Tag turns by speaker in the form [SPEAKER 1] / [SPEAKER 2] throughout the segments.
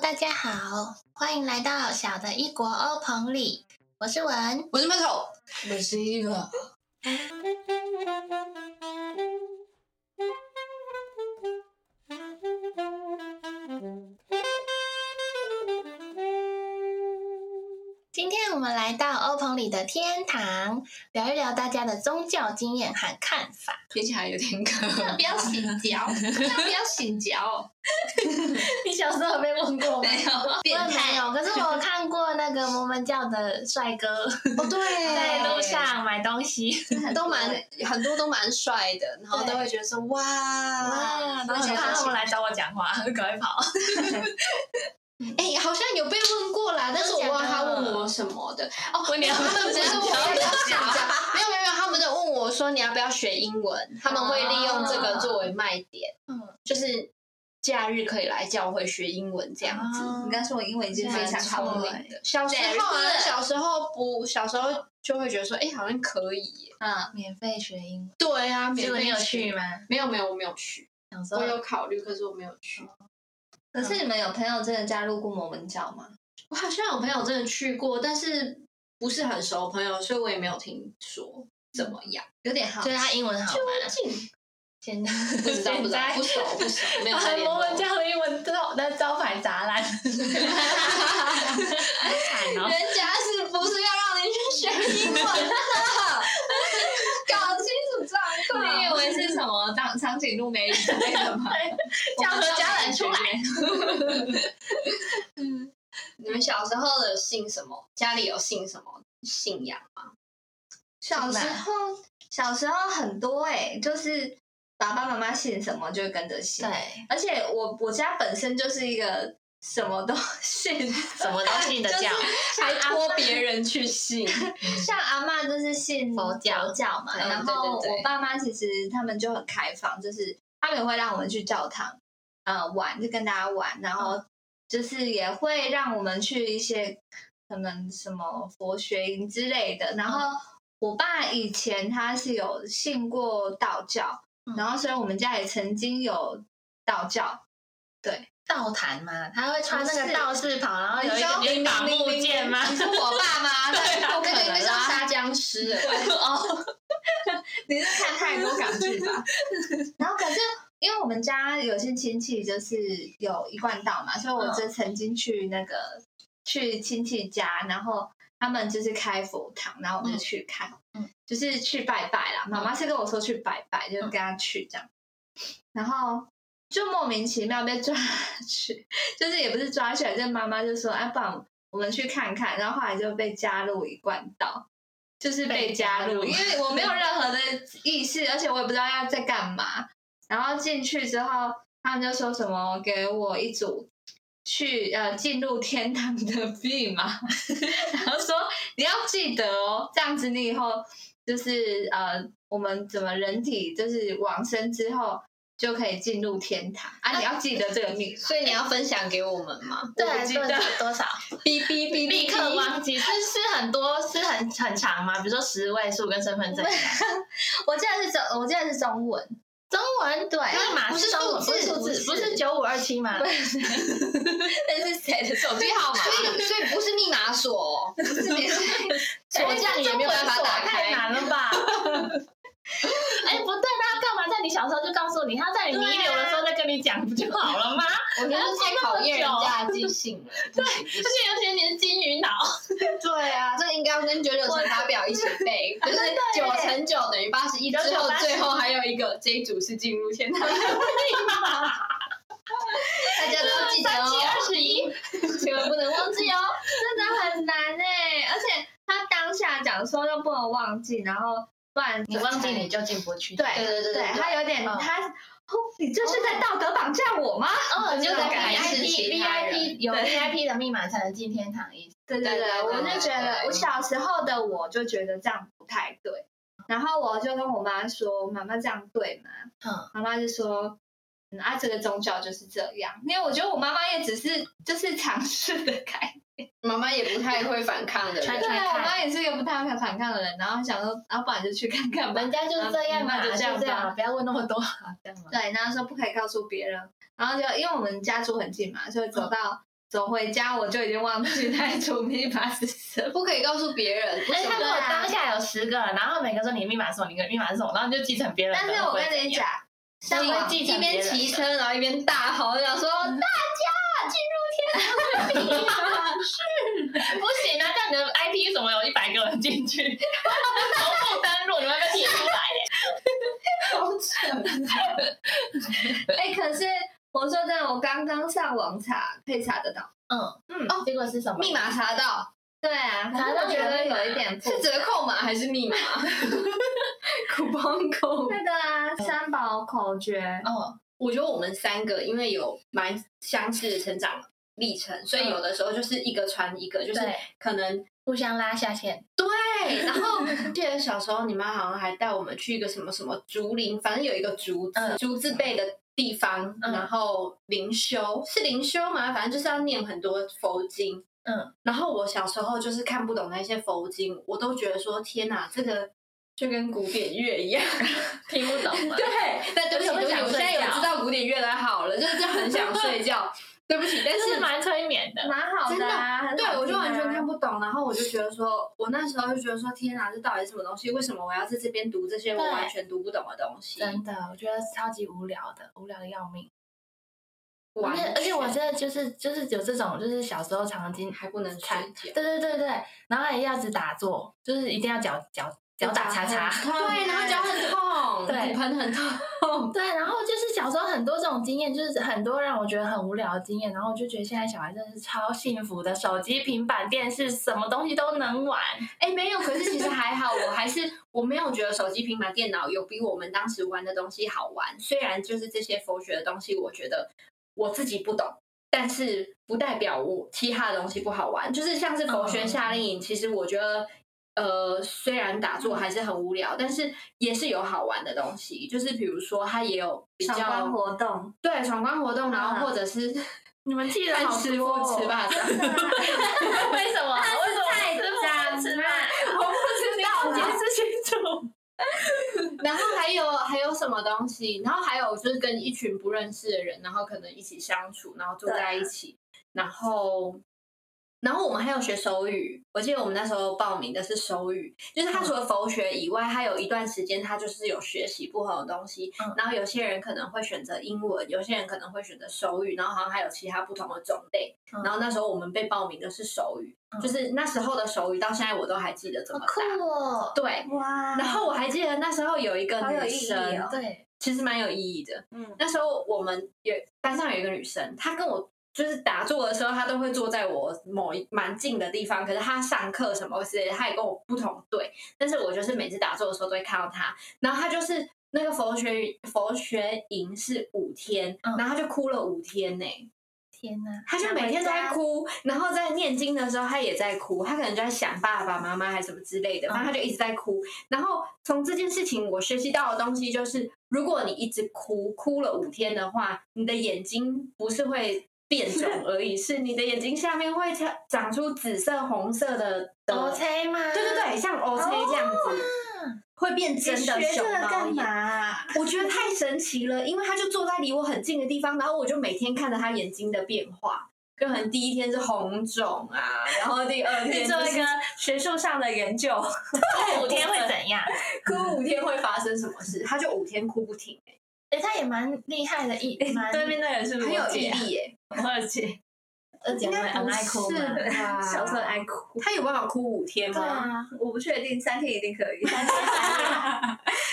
[SPEAKER 1] 大家好，欢迎来到小的异国欧棚里，我是文，
[SPEAKER 2] 我是 Michael，我是一个。
[SPEAKER 1] 今天我们来到欧棚里的天堂，聊一聊大家的宗教经验和看法。
[SPEAKER 2] 听起来有点可
[SPEAKER 3] 不要醒脚，不要醒脚，
[SPEAKER 1] 你小时候有被问过吗？
[SPEAKER 3] 没有
[SPEAKER 1] 我
[SPEAKER 3] 变
[SPEAKER 1] 也没
[SPEAKER 3] 态。
[SPEAKER 1] 有，可是我有看过那个摩门教的帅哥
[SPEAKER 2] 哦，对，
[SPEAKER 1] 在路上买东西，
[SPEAKER 2] 都蛮很多都蛮帅的，然后
[SPEAKER 1] 对
[SPEAKER 2] 都会觉得说哇，
[SPEAKER 1] 啊哇，然后就怕他们来找我讲话，赶快跑。
[SPEAKER 2] 哎、好像有被问过啦，但是我忘了他问我什么的。哦，
[SPEAKER 1] 问你要
[SPEAKER 2] 他们不是问我要不要请
[SPEAKER 1] 请
[SPEAKER 2] 假，没有没有没有，他们就问我说你要不要学英文，他们会利用这个作为卖点，
[SPEAKER 1] 嗯，
[SPEAKER 2] 就是假日可以来教会学英文这样子。
[SPEAKER 3] 你刚说我英文已经非
[SPEAKER 2] 蛮
[SPEAKER 3] 常
[SPEAKER 2] 聪
[SPEAKER 3] 好
[SPEAKER 2] 明
[SPEAKER 3] 了，
[SPEAKER 2] 的，小时候啊，
[SPEAKER 3] 哎对
[SPEAKER 2] 小时候不，小时候就会觉得说，哎、好像可以耶。
[SPEAKER 3] 嗯，
[SPEAKER 1] 免费学英文，
[SPEAKER 2] 对啊，
[SPEAKER 1] 结
[SPEAKER 2] 免
[SPEAKER 1] 果
[SPEAKER 2] 费
[SPEAKER 1] 你有去？吗？
[SPEAKER 2] 没有没有，我没有去，
[SPEAKER 1] 想说
[SPEAKER 2] 我有考虑，可是我没有去。
[SPEAKER 3] 哦
[SPEAKER 2] 嗯
[SPEAKER 3] 可是你们有朋友真的加入过摩门教吗？
[SPEAKER 2] 我好像有朋友真的去过，但是不是很熟的朋友，所以我也没有听说怎么样。
[SPEAKER 3] 嗯
[SPEAKER 2] 啊
[SPEAKER 3] 有点好
[SPEAKER 1] 所以他英文好吗？
[SPEAKER 2] 竟
[SPEAKER 1] 现在
[SPEAKER 2] 不知道，
[SPEAKER 1] 现
[SPEAKER 2] 不知 道，
[SPEAKER 1] 在
[SPEAKER 2] 不熟，不熟，没 有
[SPEAKER 1] 把
[SPEAKER 2] 在联络
[SPEAKER 1] 摩门教的英啊文招那招牌砸烂， 好惨 哦！
[SPEAKER 2] 人家是不是要让你去学英文的？ 搞清楚状况。
[SPEAKER 3] 你以为是什么长长颈鹿美女之类的吗？
[SPEAKER 1] 叫何家人 出来。嗯
[SPEAKER 2] 你们小时候的信什么？家里有信什么信仰吗？
[SPEAKER 3] 小时
[SPEAKER 2] 啊
[SPEAKER 3] 候，小时候很多哎、就是爸爸妈妈信什么就会跟着信。
[SPEAKER 1] 对，
[SPEAKER 3] 而且我我家本身就是一个什么都 信，
[SPEAKER 1] 什么东西的教？
[SPEAKER 2] 还托别人去信，
[SPEAKER 3] 像阿妈就是信
[SPEAKER 1] 佛教
[SPEAKER 3] 教嘛，
[SPEAKER 2] 嗯
[SPEAKER 3] 然后
[SPEAKER 2] 对对对
[SPEAKER 3] 我爸妈其实他们就很开放，就是他们也会让我们去教堂，呃，玩就跟大家玩，然后
[SPEAKER 2] 嗯
[SPEAKER 3] 就是也会让我们去一些可能什么佛学营之类的。然
[SPEAKER 2] 嗯
[SPEAKER 3] 后我爸以前他是有信过道教，
[SPEAKER 1] 嗯
[SPEAKER 3] 然后所以我们家也曾经有道教，
[SPEAKER 1] 道坛嘛，他会穿那
[SPEAKER 3] 不
[SPEAKER 1] 个
[SPEAKER 3] 是
[SPEAKER 1] 道士袍，然后有一
[SPEAKER 3] 你
[SPEAKER 1] 个
[SPEAKER 3] 说
[SPEAKER 1] 有一把木剑吗？啊
[SPEAKER 3] 你是我爸 妈，对
[SPEAKER 2] 那
[SPEAKER 3] 不
[SPEAKER 2] 个
[SPEAKER 3] 可
[SPEAKER 2] 应该
[SPEAKER 3] 能
[SPEAKER 2] 像
[SPEAKER 3] 啦。
[SPEAKER 2] 杀 僵尸了。
[SPEAKER 1] 欸
[SPEAKER 3] 哦，你是看太多港剧吧？ 然后可是因为我们家有些亲戚就是有一贯道嘛，所以我
[SPEAKER 1] 嗯
[SPEAKER 3] 就曾经去那个、去亲戚家，然后他们就是开佛堂，然后我们就去看，
[SPEAKER 1] 嗯
[SPEAKER 3] 就是去拜拜啦。妈妈是跟我说去拜拜，就跟他去这样，然后。就莫名其妙被抓 去，就是也不是抓起来，就是妈妈就说：“哎、啊，不然我们去看看。”然后后来就被加入一贯道，就是被加入，
[SPEAKER 1] 被
[SPEAKER 3] 因
[SPEAKER 1] 加入
[SPEAKER 3] 为我没有任何的意识，而且我也不知道要在干嘛。然后进去之后，他们就说什么给我一组去呃进入天堂的 密码，然后说你要记得哦，这样子你以后就是呃我们怎么人体就是往生之后就可以进入天堂啊，你要记得这个密码。
[SPEAKER 2] 所以你要分享给我们吗？
[SPEAKER 1] 对，
[SPEAKER 2] 我不记得。
[SPEAKER 1] 多少？
[SPEAKER 2] 哔哔哔，
[SPEAKER 1] 立刻忘记是是很多是很很长吗？比如说十位数跟身份证一样，
[SPEAKER 3] 我记得是中，我记得是中文，
[SPEAKER 1] 中文对
[SPEAKER 2] 它
[SPEAKER 1] 码
[SPEAKER 2] 不是
[SPEAKER 1] 是中文，
[SPEAKER 2] 数
[SPEAKER 1] 不是
[SPEAKER 2] 字
[SPEAKER 1] 数
[SPEAKER 2] 不
[SPEAKER 1] 字，
[SPEAKER 2] 是
[SPEAKER 1] 不是九五二七吗？
[SPEAKER 3] 那是谁的手
[SPEAKER 2] 手机号码，所以所以不是密码锁哎哦，
[SPEAKER 1] 锁匠也没有办法打开，太难了吧？哎，不对，那干嘛在你小时候就告诉你？他在你弥留的时候再跟你讲不就好了吗？而
[SPEAKER 2] 我觉得太考验人家的 记性了。对，
[SPEAKER 1] 且尤其你是金鱼脑，
[SPEAKER 2] 对啊，这个应该要跟九九乘法表一起背，就是九乘九等于八十一，之后
[SPEAKER 1] 89
[SPEAKER 2] 最后还有一个这一组是进入天堂， 大家都要记得
[SPEAKER 1] 三七二
[SPEAKER 2] 哦，
[SPEAKER 1] 十一，
[SPEAKER 2] 千万不能忘记哦。
[SPEAKER 3] 啊真的很难哎、而且他当下讲说又不能忘记，然后不然
[SPEAKER 1] 你忘记你就进不去。
[SPEAKER 3] 对
[SPEAKER 2] 对对对对
[SPEAKER 3] 对，他有点、
[SPEAKER 1] 嗯
[SPEAKER 3] 他哦，你这是在道德绑架我吗？
[SPEAKER 1] 哦，就是
[SPEAKER 2] 这种感觉是
[SPEAKER 1] VIP
[SPEAKER 2] 其他人
[SPEAKER 1] VIP 有
[SPEAKER 3] 对
[SPEAKER 1] VIP 的密码才能进天堂一。
[SPEAKER 3] 对
[SPEAKER 2] 对
[SPEAKER 3] 对
[SPEAKER 2] 对
[SPEAKER 3] 对，我
[SPEAKER 2] 对
[SPEAKER 3] 就觉
[SPEAKER 2] 对
[SPEAKER 3] 得
[SPEAKER 2] 对
[SPEAKER 3] 我小时候的我就觉得这样不太对，然后我就跟我妈说：“妈妈这样对吗？”
[SPEAKER 1] 嗯，
[SPEAKER 3] 妈妈就说：“嗯啊，这个宗教就是这样。”因为我觉得我妈妈也只是就是尝试的开
[SPEAKER 2] 妈妈也不太会反抗的
[SPEAKER 1] 穿
[SPEAKER 3] 对
[SPEAKER 2] 人，
[SPEAKER 1] 穿
[SPEAKER 3] 啊，
[SPEAKER 1] 看
[SPEAKER 3] 我妈也是一个不太敢反抗的人，然后想说，啊要不然就去看看吧。
[SPEAKER 1] 人家就是这样嘛，
[SPEAKER 3] 嗯那
[SPEAKER 1] 就
[SPEAKER 3] 就这样吧
[SPEAKER 1] 这样，不要问那么多，这样嘛。
[SPEAKER 3] 对，然后说不可以告诉别人，然后就因为我们家住很近嘛，就走到、走回家，我就已经忘记那一组密码是什么。
[SPEAKER 2] 不可以告诉别人。
[SPEAKER 1] 但是他如
[SPEAKER 3] 对
[SPEAKER 1] 果
[SPEAKER 3] 啊
[SPEAKER 1] 当下有十个人，然后每个说你的密码是什么，你的密码是什么，然后你就继承别人的。
[SPEAKER 3] 但是我跟你讲，
[SPEAKER 1] 会不会怎样，
[SPEAKER 3] 像
[SPEAKER 1] 你会继
[SPEAKER 2] 一
[SPEAKER 1] 承别
[SPEAKER 2] 边
[SPEAKER 1] 人
[SPEAKER 2] 骑车，然后一边大吼，想说
[SPEAKER 1] 不行啊！这样你的 IP 怎么有一百个人进 去？重复登录，你会被踢出来耶！
[SPEAKER 2] 好蠢。
[SPEAKER 3] 哎、可是我说真的，我刚刚上网查，可以查得到。
[SPEAKER 1] 嗯嗯，
[SPEAKER 2] 哦
[SPEAKER 1] 结果是什么
[SPEAKER 2] 密？码查到
[SPEAKER 3] 对啊，
[SPEAKER 1] 查
[SPEAKER 3] 可是
[SPEAKER 1] 到
[SPEAKER 3] 我觉
[SPEAKER 1] 有
[SPEAKER 3] 得
[SPEAKER 1] 密码
[SPEAKER 3] 有一点不
[SPEAKER 2] 是折扣码还是密 码？酷帮扣。
[SPEAKER 3] 那个啊，三宝口诀。
[SPEAKER 1] 哦，
[SPEAKER 2] 我觉得我们三个因为有蛮相似的成长历程，所以有的时候就是一个传一个，就是
[SPEAKER 1] 对
[SPEAKER 2] 可能
[SPEAKER 1] 互相拉下线。
[SPEAKER 2] 对，然后记得小时候你妈好像还带我们去一个什么什么竹林，反正有一个竹字、
[SPEAKER 1] 嗯
[SPEAKER 2] 竹字辈的地方，
[SPEAKER 1] 嗯
[SPEAKER 2] 然后灵修是灵修嘛，反正就是要念很多佛经。
[SPEAKER 1] 嗯，
[SPEAKER 2] 然后我小时候就是看不懂那些佛经，我都觉得说天哪，这个就跟古典乐一样。
[SPEAKER 1] 听不懂吗？
[SPEAKER 2] 对，但对不起，
[SPEAKER 1] 我
[SPEAKER 2] 对
[SPEAKER 1] 就想
[SPEAKER 2] 不起，我现
[SPEAKER 1] 睡
[SPEAKER 2] 在有
[SPEAKER 1] 觉
[SPEAKER 2] 知道古典乐了，好了，就是很想睡觉。 对不起，但
[SPEAKER 1] 就是
[SPEAKER 2] 是
[SPEAKER 1] 蛮催眠的。
[SPEAKER 3] 蛮好的啊，很好听
[SPEAKER 2] 对
[SPEAKER 3] 啊，
[SPEAKER 2] 我就完全看不懂，然后我就觉得说，我那时候就觉得说，天啊哪，这到底是什么东西？为什么我要在这边读这些我
[SPEAKER 1] 对
[SPEAKER 2] 完全读不懂的东西？
[SPEAKER 1] 真的，我觉得超级无聊的，无聊的要命。而
[SPEAKER 2] 完
[SPEAKER 1] 且
[SPEAKER 2] 全
[SPEAKER 1] 而且我真的就是就是有这种，就是小时候常常经
[SPEAKER 2] 还不能睡
[SPEAKER 1] 缠
[SPEAKER 2] 觉。
[SPEAKER 1] 对对对对，然后还要只打坐，就是一定要脚脚脚打叉叉。
[SPEAKER 2] 对，然后脚很痛，
[SPEAKER 1] 对
[SPEAKER 2] 骨盆很痛。
[SPEAKER 1] 对，然后就是小时候很多这种经验，就是很多让我觉得很无聊的经验，然后我就觉得现在小孩真的是超幸福的，手机、平板、电视，什么东西都能玩。
[SPEAKER 2] 哎，没有，可是其实还好，我还是我没有觉得手机、平板、电脑有比我们当时玩的东西好玩。虽然就是这些佛学的东西，我觉得我自己不懂，但是不代表我其他的东西不好玩。就是像是佛
[SPEAKER 1] 嗯
[SPEAKER 2] 学夏令营，其实我觉得。呃，虽然打坐还是很无聊，但是也是有好玩的东西，就是比如说它也有比较
[SPEAKER 3] 闯关活动。
[SPEAKER 2] 对闯关活动，然后或者是
[SPEAKER 1] 嗯 你们 记得
[SPEAKER 2] 看
[SPEAKER 1] 好
[SPEAKER 2] 师
[SPEAKER 1] 多
[SPEAKER 2] 傅
[SPEAKER 1] 哦
[SPEAKER 2] 吃 霸掌，
[SPEAKER 1] 为什么？为什么
[SPEAKER 3] 太
[SPEAKER 1] 吃
[SPEAKER 3] 长
[SPEAKER 1] 不吃饭？
[SPEAKER 2] 我不
[SPEAKER 1] 你
[SPEAKER 2] 知道
[SPEAKER 1] 解释清楚。
[SPEAKER 2] 然后还有还有什么东西？然后还有就是跟一群不认识的人，然后可能一起相处，然后坐在一起，然后然后我们还有学手语。我记得我们那时候报名的是手语，就是他除了佛学以外，他有一段时间他就是有学习不同的东西。
[SPEAKER 1] 嗯
[SPEAKER 2] 然后有些人可能会选择英文，有些人可能会选择手语，然后好像还有其他不同的种类。
[SPEAKER 1] 嗯
[SPEAKER 2] 然后那时候我们被报名的是手语，
[SPEAKER 1] 嗯
[SPEAKER 2] 就是那时候的手语到现在我都还记得怎么打。
[SPEAKER 1] 哦！
[SPEAKER 2] 对，
[SPEAKER 3] 哇
[SPEAKER 2] 然后我还记得那时候有一个
[SPEAKER 3] 好有
[SPEAKER 2] 女
[SPEAKER 3] 意义
[SPEAKER 2] 生，
[SPEAKER 3] 哦
[SPEAKER 1] 对，
[SPEAKER 2] 其实蛮有意义的。
[SPEAKER 3] 嗯，
[SPEAKER 2] 那时候我们有班上有一个女生，她跟我就是打坐的时候，她都会坐在我某一蛮近的地方，可是她上课什么之类的，她也跟我不同队，但是我就是每次打坐的时候都会看到她，然后她就是。那个佛学佛学营是五天，
[SPEAKER 1] 嗯
[SPEAKER 2] 然后她就哭了五天呢、
[SPEAKER 1] 天哪！
[SPEAKER 2] 她就每天都在哭，然后在念经的时候，她也在哭，她可能就在想爸爸妈妈还是什么之类的，反正她就
[SPEAKER 3] 嗯
[SPEAKER 2] 一直在哭。然后从这件事情，我学习到的东西就是，如果你一直哭，哭了五天的话，你的眼睛不是会变 肿而已，是你的眼睛下面会长长出紫色、红色的 的，
[SPEAKER 1] OK 吗？
[SPEAKER 2] 对对对，像 O C 这样子，会变真的
[SPEAKER 3] 哦学这
[SPEAKER 2] 熊
[SPEAKER 3] 个
[SPEAKER 2] 猫
[SPEAKER 3] 干
[SPEAKER 2] 眼
[SPEAKER 3] 嘛。啊？
[SPEAKER 2] 我觉得太神奇了，因为他就坐在离我很近的地方，然后我就每天看着他眼睛的变化。就可能第一天是红肿啊，然后第二天
[SPEAKER 3] 去
[SPEAKER 2] 就
[SPEAKER 3] 做
[SPEAKER 2] 是
[SPEAKER 3] 一个学术上的研究。
[SPEAKER 1] 对，五天会怎样？
[SPEAKER 2] 哭五天会发生什么事，他就五天哭不停、
[SPEAKER 1] 哎，他也蛮厉害的，一蛮
[SPEAKER 3] 对面那个人是
[SPEAKER 2] 很
[SPEAKER 3] 罗
[SPEAKER 2] 有毅
[SPEAKER 3] 姐啊，
[SPEAKER 2] 力 耶、
[SPEAKER 3] 罗姐，
[SPEAKER 1] 二姐妹很爱哭
[SPEAKER 2] 应
[SPEAKER 1] 嘛
[SPEAKER 2] 该。不是吧
[SPEAKER 3] 小时 候爱哭。
[SPEAKER 2] 他有办法哭五天
[SPEAKER 3] 对
[SPEAKER 2] 吗？
[SPEAKER 3] 啊，我不确定，三天一定可以。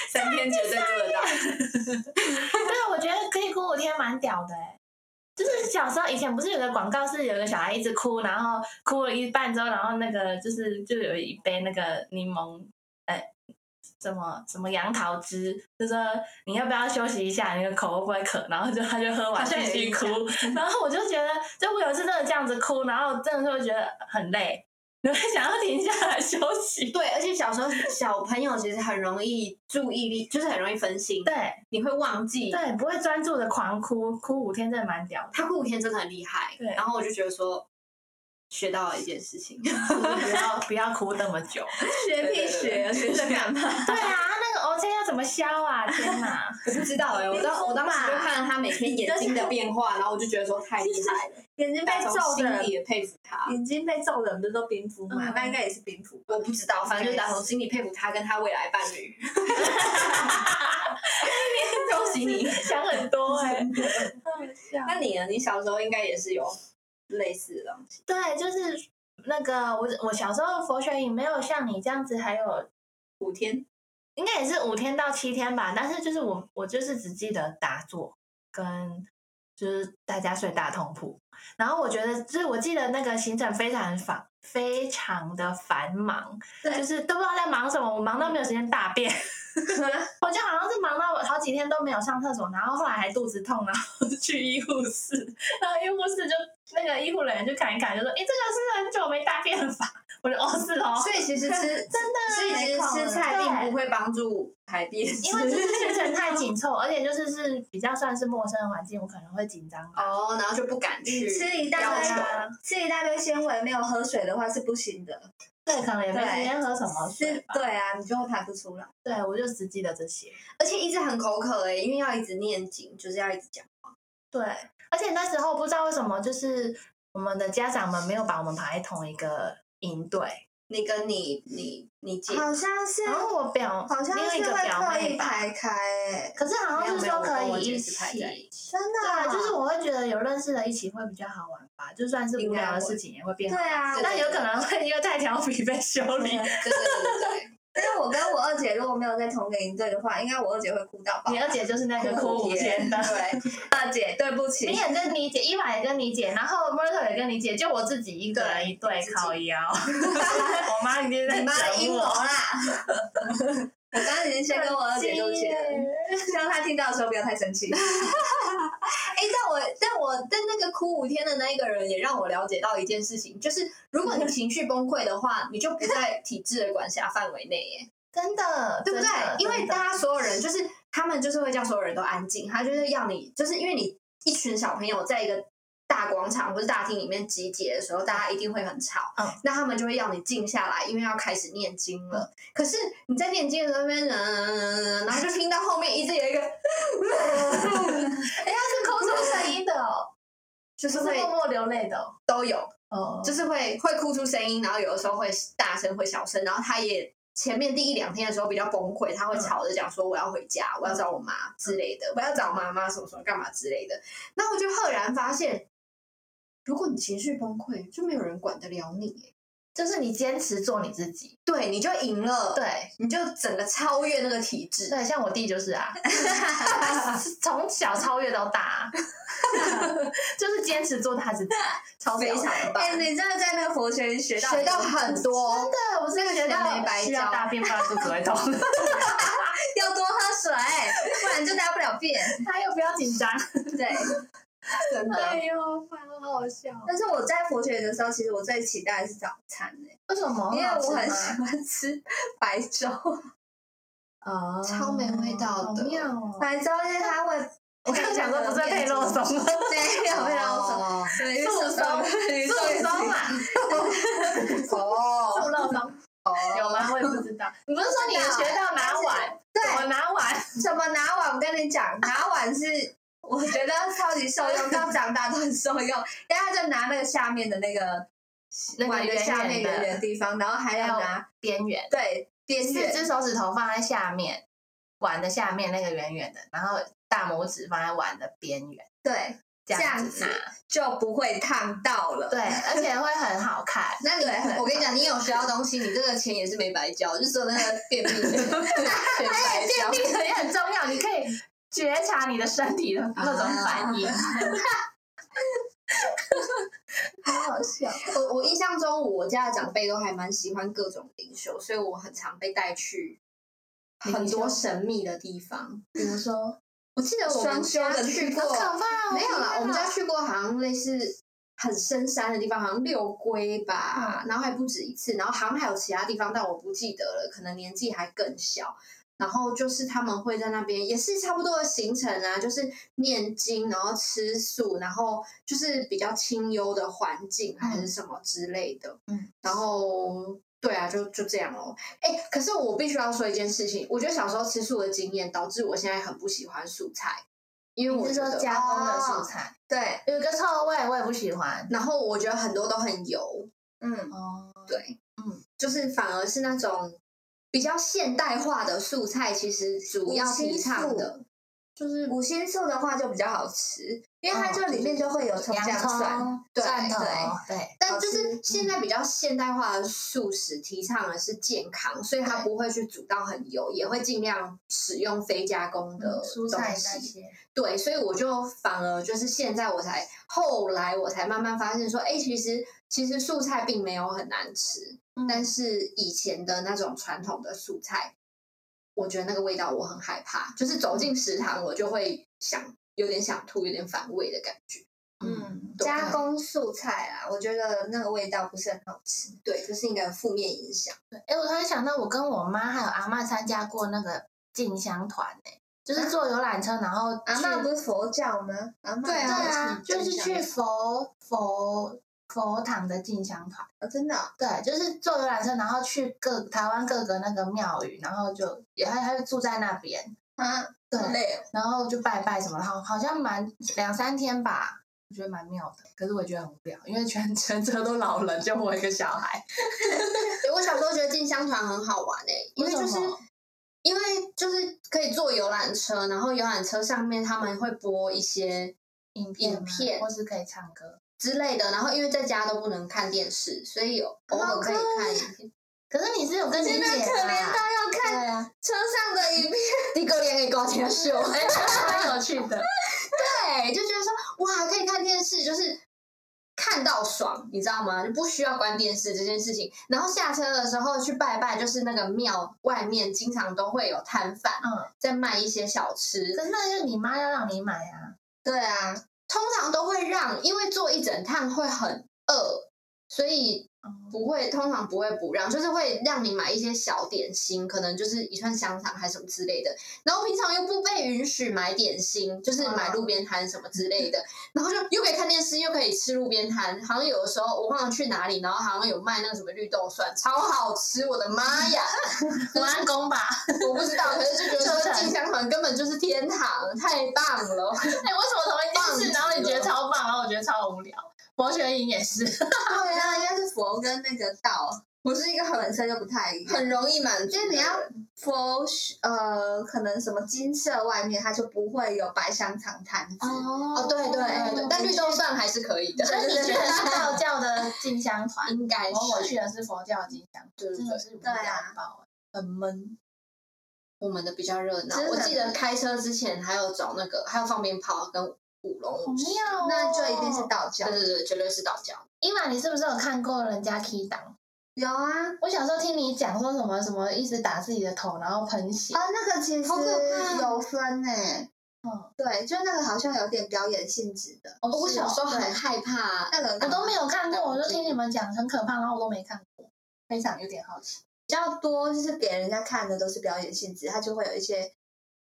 [SPEAKER 2] 三天绝对做得到。
[SPEAKER 1] 对，啊我觉得可以哭五天蛮屌的哎、就是小时候以前不是有个广告是有个小孩一直哭，然后哭了一半之后，然后那个就是就有一杯那个柠檬，哎、什么什么杨桃汁，就说你要不要休息一下，你的口会不会渴？然后就他就喝完
[SPEAKER 2] 好像
[SPEAKER 1] 继
[SPEAKER 2] 有
[SPEAKER 1] 续
[SPEAKER 2] 印
[SPEAKER 1] 哭
[SPEAKER 2] 象，
[SPEAKER 1] 然后我就觉得，就我有一次真的这样子哭，然后真的就会觉得很累，你会想要停下来休息。
[SPEAKER 2] 对，而且小时候小朋友其实很容易注意力，就是很容易分心，
[SPEAKER 1] 对
[SPEAKER 2] 你会忘记。
[SPEAKER 1] 对，不会专注的狂哭，哭五天真的蛮屌的。
[SPEAKER 2] 他哭五天真的很厉害。
[SPEAKER 1] 对
[SPEAKER 2] 然后我就觉得说，学到了一件事情。
[SPEAKER 1] 不要不要哭那么久。
[SPEAKER 3] 学屁学，学这干嘛？
[SPEAKER 1] 对啊，那个 O 现要怎么消啊？天 哪！
[SPEAKER 2] 我不知道哎、我当我当时就看了他每天眼睛的变化，然后我就觉得说太厉害了，
[SPEAKER 3] 眼睛被
[SPEAKER 2] 但
[SPEAKER 3] 揍
[SPEAKER 2] 从
[SPEAKER 3] 的
[SPEAKER 2] 心
[SPEAKER 3] 人
[SPEAKER 2] 底，也佩服他。
[SPEAKER 3] 眼睛被揍的人不是都冰敷 吗？
[SPEAKER 1] 嗯
[SPEAKER 3] 那应该也是冰敷吧。
[SPEAKER 2] 我不知道，反正就打从心里佩服他跟他未来伴侣。 恭喜你！
[SPEAKER 1] 想很多哎、
[SPEAKER 2] 那你呢？你小时候应该也是有类似的东西，
[SPEAKER 1] 对，就是那个我我小时候佛学营没有像你这样子，还有
[SPEAKER 2] 五天
[SPEAKER 1] 应该也是五天到七天吧，但是就是我我就是只记得打坐跟就是大家睡大通铺，然后我觉得就是我记得那个行程非常繁非常的繁忙，
[SPEAKER 3] 对
[SPEAKER 1] 就是都不知道在忙什么，我忙到没有时间大 便，我就好像是忙到我好几天都没有上厕所，然后后来还肚子痛，然后 去医护室，然后医护室就那个医护人员就看一看，就说：“诶，这个是很久没大便了吧？”我就哦是哦，
[SPEAKER 2] 所以其实吃真 的，所以其实吃菜并不会帮助 排便，
[SPEAKER 1] 因为就是行程太 紧凑，而且就是是比较算是陌生的环境，我可能会紧张吧。
[SPEAKER 2] 哦，然后就不敢去
[SPEAKER 3] 你吃一大
[SPEAKER 2] 要
[SPEAKER 3] 堆
[SPEAKER 2] 求。
[SPEAKER 1] 啊
[SPEAKER 3] 吃一大堆纤维，没有喝水的话是不行的。
[SPEAKER 1] 对，可能也没
[SPEAKER 3] 对
[SPEAKER 1] 时间喝什么水
[SPEAKER 3] 是
[SPEAKER 1] 吧。
[SPEAKER 3] 对啊，你就会排不出来。
[SPEAKER 1] 对，我就只记得这些。
[SPEAKER 2] 而且一直很口渴哎、因为要一直念经，就是要一直讲。
[SPEAKER 1] 对，而且那时候不知道为什么，就是我们的家长们没有把我们排在同一个营队，
[SPEAKER 2] 你跟你你你姐，
[SPEAKER 3] 好像是，
[SPEAKER 1] 然后我表
[SPEAKER 3] 好像
[SPEAKER 1] 另一
[SPEAKER 3] 是
[SPEAKER 1] 个
[SPEAKER 3] 会
[SPEAKER 1] 表
[SPEAKER 3] 刻
[SPEAKER 1] 妹
[SPEAKER 3] 意
[SPEAKER 1] 吧，
[SPEAKER 3] 排开、欸，
[SPEAKER 1] 可是好
[SPEAKER 2] 没有
[SPEAKER 1] 像是
[SPEAKER 2] 没有
[SPEAKER 1] 说
[SPEAKER 2] 我跟
[SPEAKER 1] 可
[SPEAKER 2] 我
[SPEAKER 1] 以
[SPEAKER 2] 姐
[SPEAKER 1] 一
[SPEAKER 2] 是排
[SPEAKER 1] 起。
[SPEAKER 2] 在一起。
[SPEAKER 3] 真的
[SPEAKER 1] 对
[SPEAKER 3] 啊、
[SPEAKER 1] 啊，就是我会觉得有认识的一起会比较好玩吧，就算是无聊的事情也会变
[SPEAKER 3] 对
[SPEAKER 1] 好玩。
[SPEAKER 3] 啊，
[SPEAKER 2] 对
[SPEAKER 1] 但有可能会因为太调皮被 修理。
[SPEAKER 2] 对对对对，
[SPEAKER 3] 因为我跟我二姐如果没有在同一个营队的话，应该我二姐会哭到爆
[SPEAKER 1] 你。二姐就是那个哭五天的，
[SPEAKER 2] 对，
[SPEAKER 3] 二姐，对不起
[SPEAKER 1] 你，也跟你姐，伊娃也跟你姐，然后 Murder 也跟你姐，就我自己一个人一对烤腰。 我妈一啊定在
[SPEAKER 3] 你妈的阴谋啦！ 我刚刚已经先跟我二姐对不起了，希望她听到的时候不要太生 气。
[SPEAKER 2] 哎、但我但我但那个哭五天的那一个人也让我了解到一件事情，就是如果你情绪崩溃的话，你就不在体制的管辖范围内耶，
[SPEAKER 1] 真的，
[SPEAKER 2] 对不对
[SPEAKER 1] 真的？
[SPEAKER 2] 因为
[SPEAKER 1] 真的
[SPEAKER 2] 大家所有人就是他们就是会叫所有人都安静，他就是要你就是因为你一群小朋友在一个。大广场或者大厅里面集结的时候，大家一定会很吵。
[SPEAKER 1] 嗯
[SPEAKER 2] 那他们就会要你静下来，因为要开始念经了。
[SPEAKER 3] 嗯
[SPEAKER 2] 可是你在念经的时候，那边嗯，然后就听到后面一直有一个，
[SPEAKER 1] 哎，她是哭出声音的哦，
[SPEAKER 2] 就是
[SPEAKER 1] 不是
[SPEAKER 2] 会
[SPEAKER 1] 默默流泪的哦
[SPEAKER 2] 都有，
[SPEAKER 1] 哦，
[SPEAKER 2] 就是会会哭出声音，然后有的时候会大声，会小声，然后他也前面第一两天的时候比较崩溃，他会吵着讲说我要回家，我要找我妈之类的，我要找妈妈什么什么干嘛之类的。那我就赫然发现，如果你情绪崩溃，就没有人管得了你耶，
[SPEAKER 1] 就是你坚持做你自己，
[SPEAKER 2] 对，你就赢了，，
[SPEAKER 1] 对
[SPEAKER 2] 你就整个超越那个体制。
[SPEAKER 1] 对，像我弟就是 啊，从小超越到大，啊 就是坚持做他自己，超
[SPEAKER 2] 非
[SPEAKER 1] 屌的
[SPEAKER 2] 常棒
[SPEAKER 3] 哎、，你真的在那个佛学学到
[SPEAKER 2] 学到很多，
[SPEAKER 1] 对，我真的觉
[SPEAKER 2] 那个没白
[SPEAKER 1] 得需要
[SPEAKER 2] 教
[SPEAKER 1] 大便不然肚子会痛，
[SPEAKER 3] 要多喝水，不然就大不了便。
[SPEAKER 1] 他又不要紧张，
[SPEAKER 3] 对，
[SPEAKER 2] 真的。
[SPEAKER 1] 哎呦，反正好好笑。
[SPEAKER 3] 但是我在佛学的时候，其实我最期待的是早餐、欸、
[SPEAKER 1] 为什么？
[SPEAKER 3] 因为我很喜
[SPEAKER 1] 喜
[SPEAKER 3] 欢吃白 粥，
[SPEAKER 1] 哦，
[SPEAKER 2] 超没味道的
[SPEAKER 1] 好妙哦！
[SPEAKER 3] 白粥因为它会，
[SPEAKER 1] 我刚想说不是 配肉松吗？
[SPEAKER 3] 没有没有什么，
[SPEAKER 2] 哦
[SPEAKER 3] 对
[SPEAKER 1] 素松
[SPEAKER 3] 鱼
[SPEAKER 1] 素
[SPEAKER 3] 松也是
[SPEAKER 1] 松嘛，
[SPEAKER 2] 哦
[SPEAKER 1] 素肉松
[SPEAKER 2] 哦，
[SPEAKER 1] 有吗？我也不知道。 你不是说你学到拿碗？
[SPEAKER 3] 对
[SPEAKER 1] 我拿碗。
[SPEAKER 3] 什么拿碗？我跟你 讲，拿碗是我觉得超级受用，到长大都很受用。 然后他就拿那个下面的那个
[SPEAKER 1] 那个
[SPEAKER 3] 碗的
[SPEAKER 1] 圆
[SPEAKER 3] 下面
[SPEAKER 1] 圆的哦
[SPEAKER 3] 圆圆的地方，然后还要拿
[SPEAKER 1] 边缘，
[SPEAKER 3] 对边
[SPEAKER 1] 四
[SPEAKER 3] 缘，
[SPEAKER 1] 只手指头放在下面，碗的下面那个圆圆的，然后大拇指放在碗的边缘，
[SPEAKER 3] 对，
[SPEAKER 1] 这
[SPEAKER 3] 这样
[SPEAKER 1] 样子
[SPEAKER 3] 子
[SPEAKER 1] 拿。
[SPEAKER 3] 就不会烫到了。
[SPEAKER 1] 对，而且会很好看。
[SPEAKER 2] 那你
[SPEAKER 3] 对很
[SPEAKER 2] 我跟你讲，你有学到东西，你这个钱也是没白交，就只有那个便秘的全白
[SPEAKER 1] 便
[SPEAKER 2] 交。
[SPEAKER 1] 秘的也很重要，你可以觉察你的身体的各种反应。啊好好笑，
[SPEAKER 2] 我我印象中，我家的长辈都还蛮喜欢各种灵修，所以我很常被带去很多神秘的地方。
[SPEAKER 1] 比如说，
[SPEAKER 2] 我记得我们
[SPEAKER 3] 双休
[SPEAKER 2] 家
[SPEAKER 3] 的
[SPEAKER 2] 去
[SPEAKER 3] 地
[SPEAKER 2] 过
[SPEAKER 3] 方，
[SPEAKER 1] 怕哦
[SPEAKER 4] 哦
[SPEAKER 2] 没有啦，我们家去过好像类似很深山的地方，好像六龟吧，然后还不止一次，然后好像还有其他地方，但我不记得了，可能年纪还更小。然后就是他们会在那边，也是差不多的行程啊，就是念经，然后吃素，然后啊就是比较清幽的环境还是什么之类的。
[SPEAKER 1] 嗯，
[SPEAKER 2] 然后对啊，就就这样咯。哎、可是我必须要说一件事情，我觉得小时候吃素的经验导致我现在很不喜欢素菜，因 为
[SPEAKER 1] 你
[SPEAKER 2] 我
[SPEAKER 1] 是
[SPEAKER 2] 觉
[SPEAKER 1] 说
[SPEAKER 2] 得
[SPEAKER 1] 加工的素
[SPEAKER 2] 哦
[SPEAKER 1] 菜，
[SPEAKER 2] 对，
[SPEAKER 1] 有一个臭味，我也不喜欢。
[SPEAKER 2] 然后我觉得很多都很油，
[SPEAKER 1] 嗯，哦，
[SPEAKER 2] 对，
[SPEAKER 1] 嗯，
[SPEAKER 2] 就是反而是那种比较现代化的素菜，其实主要提倡的
[SPEAKER 3] 就是
[SPEAKER 2] 五星素的话就比较好吃，
[SPEAKER 3] 因为它这里面就会有葱
[SPEAKER 1] 哦洋
[SPEAKER 3] 姜
[SPEAKER 1] 葱
[SPEAKER 3] 蒜，、
[SPEAKER 2] 对
[SPEAKER 1] 蒜头哦
[SPEAKER 2] 对，
[SPEAKER 1] 对，
[SPEAKER 2] 但
[SPEAKER 3] 好
[SPEAKER 2] 就
[SPEAKER 3] 吃
[SPEAKER 2] 是现在比较现代化的素食提倡的是健康，所以它
[SPEAKER 1] 对
[SPEAKER 2] 不会去煮到很油，也会尽量使用非加工
[SPEAKER 1] 嗯
[SPEAKER 2] 的
[SPEAKER 1] 蔬菜
[SPEAKER 2] 东
[SPEAKER 1] 那
[SPEAKER 2] 西。
[SPEAKER 1] 些，
[SPEAKER 2] 对，所以我就反而就是现在我才后来我才慢慢发现说，哎，其实其实素菜并没有很难吃，
[SPEAKER 3] 嗯
[SPEAKER 2] 但是以前的那种传统的素菜，我觉得那个味道我很害怕，就是走进食堂我就会想有点想吐，有点反胃的感觉。
[SPEAKER 1] 嗯，
[SPEAKER 2] 对
[SPEAKER 3] 加工素菜啊，我觉得那个味道不是很好吃。
[SPEAKER 2] 对，这是一个负面影响。
[SPEAKER 1] 哎、我突然想到，我跟我妈还有阿嬷参加过那个进香团、欸，就是坐游览车，然后
[SPEAKER 3] 阿
[SPEAKER 1] 去
[SPEAKER 3] 嬷不是佛教吗？阿嬷
[SPEAKER 2] 对
[SPEAKER 1] 对
[SPEAKER 2] 啊
[SPEAKER 1] 啊，就是
[SPEAKER 2] 进香
[SPEAKER 1] 去佛佛佛堂的进香团，
[SPEAKER 3] 哦真的哦
[SPEAKER 1] 对，就是坐游览车，然后去各台湾各个那个庙宇，然后就也还还住在那边，
[SPEAKER 3] 啊，
[SPEAKER 1] 对，
[SPEAKER 3] 好累哦。
[SPEAKER 1] 然后就拜拜什么的，好好像蛮两三天吧，我觉得蛮妙的，可是我觉得很无聊，因为全 全车都老人，就我一个小孩，
[SPEAKER 2] 对我小时候觉得进香团很好玩诶、因为
[SPEAKER 1] 为什
[SPEAKER 2] 就是
[SPEAKER 1] 么
[SPEAKER 2] 因为就是可以坐游览车，然后游览车上面他们会播一些
[SPEAKER 1] 影片吗
[SPEAKER 2] 片
[SPEAKER 1] 或是可以唱歌。
[SPEAKER 2] 之类的，然后因为在家都不能看电视，所以有偶尔可以看影片。
[SPEAKER 1] 可是你是有跟你姐
[SPEAKER 2] 真的
[SPEAKER 1] 吧
[SPEAKER 2] 可怜到要看
[SPEAKER 1] 对啊，
[SPEAKER 2] 车上的影片，你狗脸给狗 脸秀，
[SPEAKER 1] 哎，这蛮有趣的。
[SPEAKER 2] 对，就觉得说哇，可以看电视，就是看到爽，你知道吗？就不需要关电视这件事情。然后下车的时候去拜拜，就是那个庙外面经常都会有摊贩，
[SPEAKER 1] 嗯，
[SPEAKER 2] 在卖一些小吃，
[SPEAKER 1] 可是那就是你妈要让你买 啊。
[SPEAKER 2] 对啊，通常都会让，因为做一整趟会很饿，所以
[SPEAKER 1] 哦
[SPEAKER 2] 不会，通常不会不让，就是会让你买一些小点心，可能就是一串香肠还是什么之类的。然后平常又不被允许买点心，就是买路边摊什么之类的。然后就又可以看电视，又可以吃路边摊，好像有的时候我忘了去哪里，然后好像有卖那个什么绿豆蒜，超好吃，我的妈呀！
[SPEAKER 1] 我安公吧，
[SPEAKER 2] 我不知道，可是 就觉得
[SPEAKER 1] 真
[SPEAKER 2] 说
[SPEAKER 1] 的
[SPEAKER 2] 进香团根本就是天堂，太棒了。
[SPEAKER 1] 哎、为什么同一件事，然后你觉得超棒，然后我觉得超无聊？博学营也是，
[SPEAKER 3] 对啊，应该是佛跟那个道，不是一个本身就不太一样。
[SPEAKER 2] 很容易满足的
[SPEAKER 3] 就
[SPEAKER 2] 人，
[SPEAKER 3] 你要佛呃，可能什么金色外面，它就不会有白香肠摊子。
[SPEAKER 2] 哦，
[SPEAKER 1] 哦
[SPEAKER 2] 对对对对，但绿豆蒜还是可以的，
[SPEAKER 1] 所以你去的是道教 的进香团，
[SPEAKER 2] 应
[SPEAKER 1] 然
[SPEAKER 2] 该 是
[SPEAKER 1] 后我去的是佛教进香，
[SPEAKER 2] 对对
[SPEAKER 1] 真
[SPEAKER 2] 对
[SPEAKER 1] 的，是无聊爆、很闷。
[SPEAKER 2] 我们的比较热闹
[SPEAKER 3] 真。的
[SPEAKER 2] 我记得开车之前还有找那个，还有放鞭炮跟舞龙
[SPEAKER 1] 哦
[SPEAKER 2] 舞狮，
[SPEAKER 1] 妙
[SPEAKER 3] 那就一定是。道教
[SPEAKER 2] 对。对对，绝对是道教。
[SPEAKER 1] 伊玛，你是不是有看过人家 key 档？
[SPEAKER 3] 有啊，
[SPEAKER 1] 我小时候听你讲说什么什么，一直打自己的头，然后喷血。
[SPEAKER 3] 啊，那个其实
[SPEAKER 2] 好可怕哦
[SPEAKER 3] 有分呢、
[SPEAKER 1] 嗯
[SPEAKER 3] 对，就那个好像有点表演性质的，
[SPEAKER 1] 哦
[SPEAKER 2] 我
[SPEAKER 1] 是哦
[SPEAKER 2] 小时候很
[SPEAKER 3] 对
[SPEAKER 2] 害怕，
[SPEAKER 3] 那个
[SPEAKER 1] 我都没有看过，我就听你们讲很可怕，然后我都没看过，非常有点好奇。
[SPEAKER 3] 比较多，就是给人家看的都是表演性质，它就会有一些，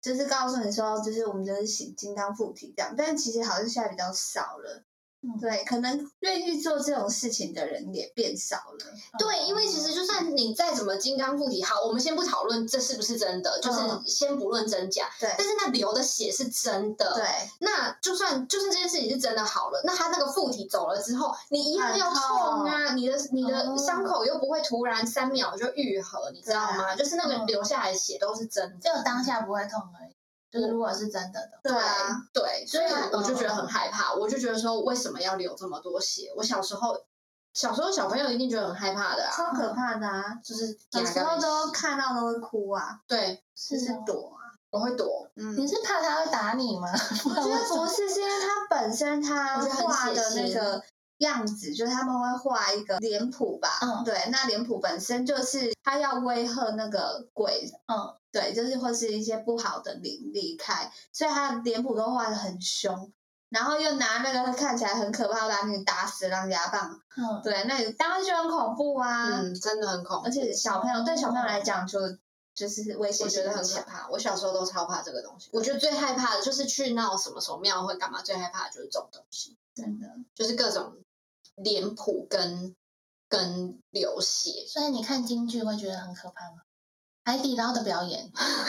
[SPEAKER 3] 就是告诉你说，就是我们就是请金刚附体这样，但其实好像现在比较少了。
[SPEAKER 1] 嗯
[SPEAKER 3] 对，可能愿意做这种事情的人也变少了。
[SPEAKER 2] 对，因为其实就算你再怎么金刚附体，好，我们先不讨论这是不是真的，就是
[SPEAKER 1] 嗯
[SPEAKER 2] 先不论真假，
[SPEAKER 3] 对
[SPEAKER 2] 但是那流的血是真的，
[SPEAKER 3] 对，
[SPEAKER 2] 那就算就算这件事情是真的好了，那他那个附体走了之后，你一样
[SPEAKER 3] 很
[SPEAKER 2] 要痛啊，你的你的
[SPEAKER 1] 哦
[SPEAKER 2] 伤口又不会突然三秒就愈合，你知道
[SPEAKER 3] 啊
[SPEAKER 2] 吗？就是那个
[SPEAKER 1] 嗯
[SPEAKER 2] 流下来的血都是真的。
[SPEAKER 1] 就当下不会痛而已。就是如果是真的的，
[SPEAKER 3] 对啊，
[SPEAKER 2] 对，所以
[SPEAKER 1] 嗯
[SPEAKER 2] 我就觉得很害怕，我就觉得说为什么要流这么多血？我小时候小时候小朋友一定觉得很害怕的啊，
[SPEAKER 3] 超可怕的啊！
[SPEAKER 2] 就是
[SPEAKER 3] 有时候都
[SPEAKER 2] 看
[SPEAKER 3] 看到都会哭啊，
[SPEAKER 2] 对，
[SPEAKER 3] 就是
[SPEAKER 1] 哦
[SPEAKER 3] 躲啊。
[SPEAKER 2] 我会躲，
[SPEAKER 3] 嗯，
[SPEAKER 1] 你是怕他会打你吗？不
[SPEAKER 3] 我
[SPEAKER 1] 然
[SPEAKER 3] 觉
[SPEAKER 1] 为
[SPEAKER 3] 得
[SPEAKER 1] 什么
[SPEAKER 3] 不是，是因为他本身他
[SPEAKER 2] 我觉得很
[SPEAKER 3] 画
[SPEAKER 2] 血
[SPEAKER 3] 的那
[SPEAKER 2] 腥
[SPEAKER 3] 个样子，就是他们会画一个脸谱吧？
[SPEAKER 1] 嗯
[SPEAKER 3] 对，那脸谱本身就是他要威吓那个鬼，
[SPEAKER 1] 嗯，
[SPEAKER 3] 对，就是或是一些不好的灵离开，所以他的脸谱都画的很凶。然后又拿那个看起来很可怕，把你打死狼牙棒，
[SPEAKER 1] 嗯，
[SPEAKER 3] 对，那你当然就很恐怖啊。
[SPEAKER 2] 嗯，真的很恐怖
[SPEAKER 3] 而，且小朋友对小朋友来讲就就是威胁
[SPEAKER 2] 我觉
[SPEAKER 3] 性
[SPEAKER 2] 得很
[SPEAKER 3] 很
[SPEAKER 2] 可
[SPEAKER 3] 强。
[SPEAKER 2] 怕。我小时候都超怕这个东西。我觉得最害怕的就是去闹什么什么庙会干嘛，最害怕的就是这种东西，
[SPEAKER 3] 真的，
[SPEAKER 2] 就是各种脸谱跟跟流血。
[SPEAKER 1] 所以你看京剧会觉得很可怕吗？海底捞的表演，
[SPEAKER 2] 哎、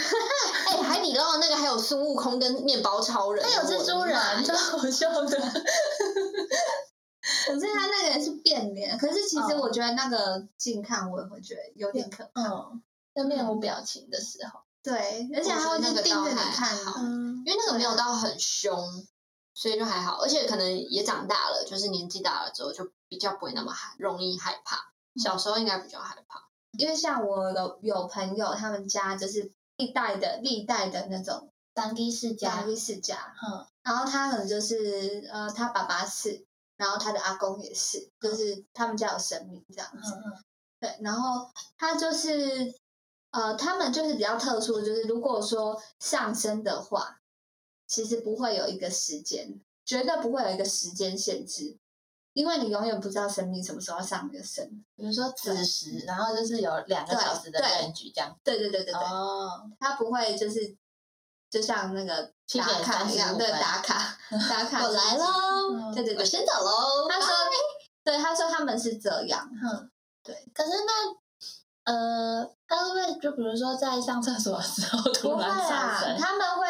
[SPEAKER 2] 海底捞的那个还有孙悟空跟面包超人，
[SPEAKER 1] 还有蜘蛛
[SPEAKER 2] 我的妈
[SPEAKER 1] 人，
[SPEAKER 2] 呀
[SPEAKER 1] 超好笑 的。
[SPEAKER 3] 可是他那个也是变脸，可是其实
[SPEAKER 1] 哦
[SPEAKER 3] 我觉得那个近看我也会觉得有点可怕。
[SPEAKER 1] 嗯，就面无表情的时候，
[SPEAKER 3] 对，而且他会
[SPEAKER 2] 我觉得那个
[SPEAKER 3] 是盯着
[SPEAKER 2] 倒
[SPEAKER 3] 你
[SPEAKER 2] 还
[SPEAKER 3] 看
[SPEAKER 2] 好
[SPEAKER 3] 的。
[SPEAKER 1] 嗯，
[SPEAKER 2] 因为那个没有到很凶，所以就还好，而且可能也长大了，就是年纪大了之后就比较不会那么害容易害怕，小时候应该比较害怕。
[SPEAKER 3] 因为像我有有朋友，他们家就是历代的历代的那种
[SPEAKER 1] 当地世
[SPEAKER 3] 家
[SPEAKER 1] 家，
[SPEAKER 3] 律世啊家，
[SPEAKER 1] 嗯，
[SPEAKER 3] 然后他可能就是呃，他爸爸是，然后他的阿公也是，就是他们家有神明这样子。
[SPEAKER 1] 嗯
[SPEAKER 3] 对，然后他就是呃，他们就是比较特殊，就是如果说上升的话，其实不会有一个时间，绝对不会有一个时间限制，因为你永远不知道神明什么时候上你的身。
[SPEAKER 1] 比如说子时，然后就是有两个小时的
[SPEAKER 3] 对对
[SPEAKER 1] 任局这样。
[SPEAKER 3] 对对对对对，
[SPEAKER 1] 哦，
[SPEAKER 3] 他不会就是就像那个
[SPEAKER 1] 7
[SPEAKER 3] 打
[SPEAKER 1] 点
[SPEAKER 3] 卡一样，
[SPEAKER 1] 35
[SPEAKER 3] 对
[SPEAKER 1] 分
[SPEAKER 3] 打 卡打卡，
[SPEAKER 2] 我来。喽，
[SPEAKER 1] 嗯
[SPEAKER 3] 对对
[SPEAKER 2] 我
[SPEAKER 3] 对，
[SPEAKER 2] 先走喽。
[SPEAKER 3] 他说，对他说他们是这样，
[SPEAKER 1] 嗯，对。可是那呃，他会不会就比如说在上厕所的时候
[SPEAKER 3] 不
[SPEAKER 1] 突
[SPEAKER 3] 会
[SPEAKER 1] 然上
[SPEAKER 3] 啦，
[SPEAKER 1] 身？
[SPEAKER 3] 他们会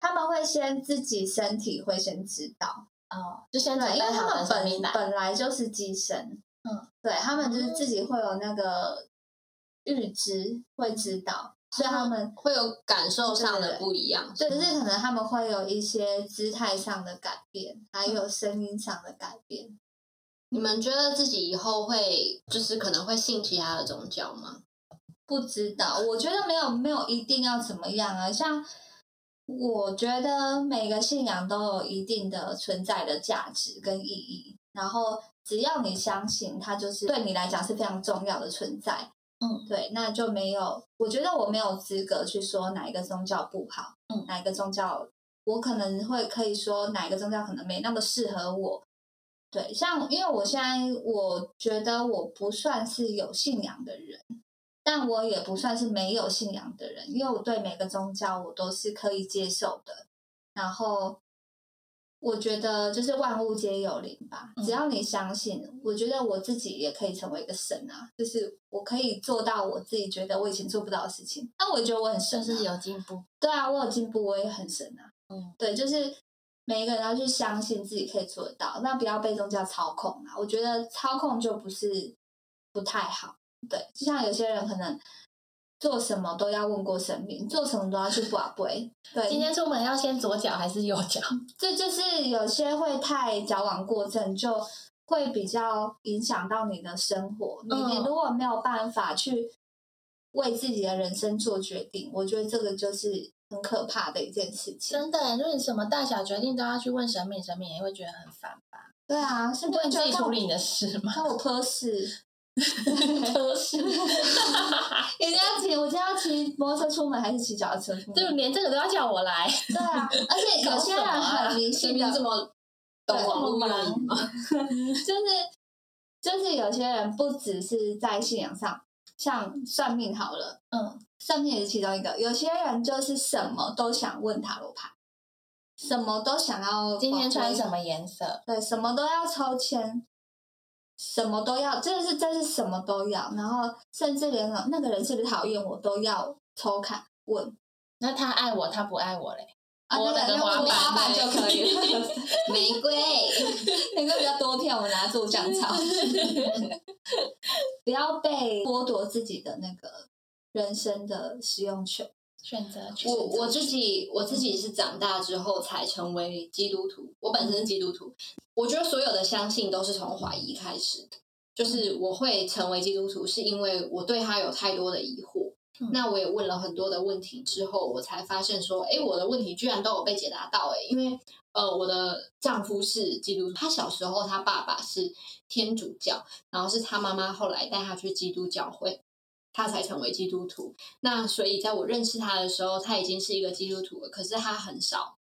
[SPEAKER 3] 他们会先自己身体会先知道，
[SPEAKER 1] 哦，就现在
[SPEAKER 3] 对，因为他们本
[SPEAKER 1] 来
[SPEAKER 3] 本来就是机身，
[SPEAKER 1] 嗯，
[SPEAKER 3] 对他们就是自己会有那个预知会知道，所以他
[SPEAKER 1] 嗯
[SPEAKER 3] 们。
[SPEAKER 2] 会有感受上
[SPEAKER 3] 对
[SPEAKER 2] 的
[SPEAKER 3] 对对
[SPEAKER 2] 不一样，
[SPEAKER 3] 对，就是可能他们会有一些姿态上的改变，还有声音上的改变。
[SPEAKER 2] 你们觉得自己以后会就是可能会信其他的宗教吗？
[SPEAKER 3] 不知道，我觉得没有没有一定要怎么样啊。像我觉得每个信仰都有一定的存在的价值跟意义，然后只要你相信，它就是对你来讲是非常重要的存在。
[SPEAKER 1] 嗯，
[SPEAKER 3] 对，那就没有，我觉得我没有资格去说哪一个宗教不好，
[SPEAKER 1] 嗯
[SPEAKER 3] 哪一个宗教，我可能会可以说哪一个宗教可能没那么适合我。对，像因为我现在我觉得我不算是有信仰的人，但我也不算是没有信仰的人，因为我对每个宗教我都是可以接受的。然后我觉得就是万物皆有灵吧，
[SPEAKER 1] 嗯
[SPEAKER 3] 只要你相信，我觉得我自己也可以成为一个神啊，就是我可以做到我自己觉得我以前做不到的事情。但我觉得我很神、
[SPEAKER 1] 就
[SPEAKER 3] 啊，
[SPEAKER 1] 是有进步。
[SPEAKER 3] 对啊，我有进步，我也很神啊。
[SPEAKER 1] 嗯，
[SPEAKER 3] 对，就是每一个人要去相信自己可以做得到，那不要被宗教操控啊。我觉得操控就不是不太好。对，就像有些人可能做什么都要问过神明，做什么都要去卜龟。对，
[SPEAKER 1] 今天出门要先左脚还是右脚？
[SPEAKER 3] 这就是有些会太矫枉过正，就会比较影响到你的生活。你
[SPEAKER 1] 嗯
[SPEAKER 3] 你如果没有办法去为自己的人生做决定，我觉得这个就是很可怕的一件事情。
[SPEAKER 1] 真的，就是什么大小决定都要去问神明，神明也会觉得很烦吧？
[SPEAKER 3] 对啊，是
[SPEAKER 1] 不
[SPEAKER 3] 不
[SPEAKER 1] 会
[SPEAKER 3] 是
[SPEAKER 1] 自己
[SPEAKER 3] 就
[SPEAKER 1] 处
[SPEAKER 3] 跟
[SPEAKER 1] 理你的事吗？
[SPEAKER 3] 跟我科室，
[SPEAKER 1] 都是，啊
[SPEAKER 3] 人家骑，我今天要骑摩托车出门还是骑脚踏车出门？
[SPEAKER 1] 就连这个都要叫我来，
[SPEAKER 3] 对 啊，而且有些人
[SPEAKER 1] 啊
[SPEAKER 5] 啊
[SPEAKER 3] 很迷
[SPEAKER 2] 神
[SPEAKER 3] 信的
[SPEAKER 2] 明，这么
[SPEAKER 3] 对
[SPEAKER 2] 懂网络用语吗？
[SPEAKER 3] 就是就是有些人不只是在信仰上，像算命好了，
[SPEAKER 1] 嗯，
[SPEAKER 3] 算命也是其中一个。有些人就是什么都想问塔罗牌，什么都想要
[SPEAKER 1] 今天穿什
[SPEAKER 3] 么，
[SPEAKER 1] 么颜色？
[SPEAKER 3] 对，什么都要抽签，什么都要，真的是真是什么都要，然后甚至连那个人是不是讨厌我都要抽卡问。
[SPEAKER 1] 那他爱我，他不爱我嘞？
[SPEAKER 3] 啊，那
[SPEAKER 1] 我
[SPEAKER 3] 个
[SPEAKER 1] 那个
[SPEAKER 3] 用
[SPEAKER 1] 花
[SPEAKER 3] 花
[SPEAKER 1] 瓣
[SPEAKER 3] 瓣就可以了，
[SPEAKER 2] 玫瑰，
[SPEAKER 3] 那个比较多片，我们拿来做香草。 不要被剥夺自己的那个人生的使用权。
[SPEAKER 1] 选择权
[SPEAKER 2] 我，我自己我自己是长大之后才成为基督徒，我本身是基督徒。我觉得所有的相信都是从怀疑开始的，就是我会成为基督徒，是因为我对他有太多的疑惑。
[SPEAKER 1] 嗯
[SPEAKER 2] 那我也问了很多的问题之后，我才发现说，哎，我的问题居然都有被解答到，哎，因为呃，我的丈夫是基督徒，他小时候他爸爸是天主教，然后是他妈妈后来带他去基督教会，他才成为基督徒。那所以在我认识他的时候，他已经是一个基督徒了，可是他很少。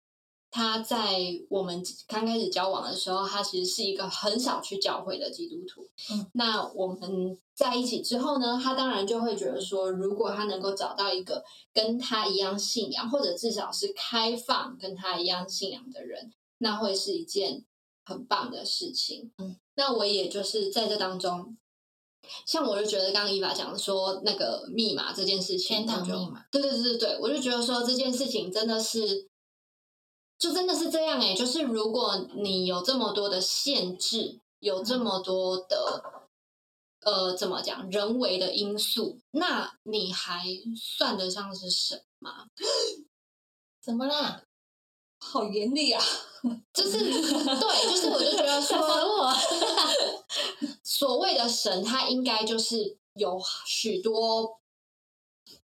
[SPEAKER 2] 他在我们刚开始交往的时候，他其实是一个很少去教会的基督徒。
[SPEAKER 1] 嗯，
[SPEAKER 2] 那我们在一起之后呢，他当然就会觉得说，如果他能够找到一个跟他一样信仰，或者至少是开放跟他一样信仰的人，那会是一件很棒的事情。
[SPEAKER 1] 嗯，
[SPEAKER 2] 那我也就是在这当中像我就觉得刚刚伊娃讲的说那个密码这件事情，
[SPEAKER 5] 天堂
[SPEAKER 2] 我就
[SPEAKER 5] 密码，
[SPEAKER 2] 对对对对对，我就觉得说这件事情真的是，就真的是这样哎、就是如果你有这么多的限制，有这
[SPEAKER 5] 嗯
[SPEAKER 2] 么多的呃怎么讲人为的因素，那你还算得上是神吗？
[SPEAKER 5] 怎么啦？
[SPEAKER 3] 好严厉啊！
[SPEAKER 2] 就是对，就是我就觉得说， 所谓的神，他应该就是有许多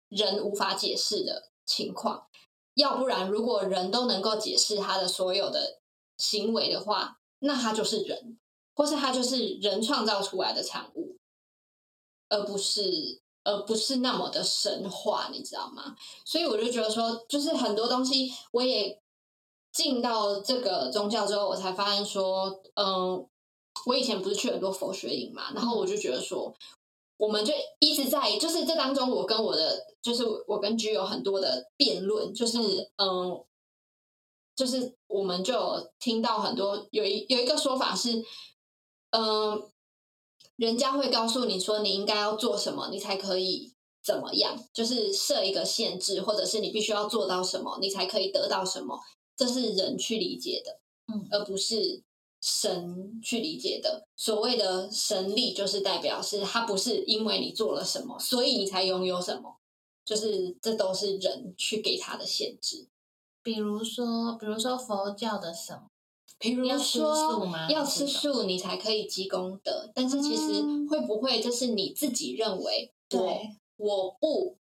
[SPEAKER 2] 人无法解释的情况，要不然如果人都能够解释他的所有的行为的话，那他就是人，或是他就是人创造出来的产物，而不是而不是那么的神话，你知道吗？所以我就觉得说，就是很多东西我也进到这个宗教之后，我才发现说，嗯，我以前不是去很多佛学营嘛，然后我就觉得说，我们就一直在就是这当中，我跟我的就是我跟居有很多的辩论，就是嗯。就是我们就有听到很多有一有一个说法是，嗯、人家会告诉你说你应该要做什么，你才可以怎么样，就是设一个限制，或者是你必须要做到什么，你才可以得到什么，这是人去理解的，
[SPEAKER 5] 嗯
[SPEAKER 2] 而不是神去理解的。所谓的神力，就是代表是它不是因为你做了什么，所以你才拥有什么，就是这都是人去给他的限制。
[SPEAKER 5] 比如说，比如说佛教的什么？
[SPEAKER 2] 比如
[SPEAKER 5] 要吃素
[SPEAKER 2] 说
[SPEAKER 5] 吗
[SPEAKER 2] 要吃素你才可以积功德，但是其实
[SPEAKER 5] 嗯
[SPEAKER 2] 会不会这是你自己认为我
[SPEAKER 1] 对，
[SPEAKER 2] 我不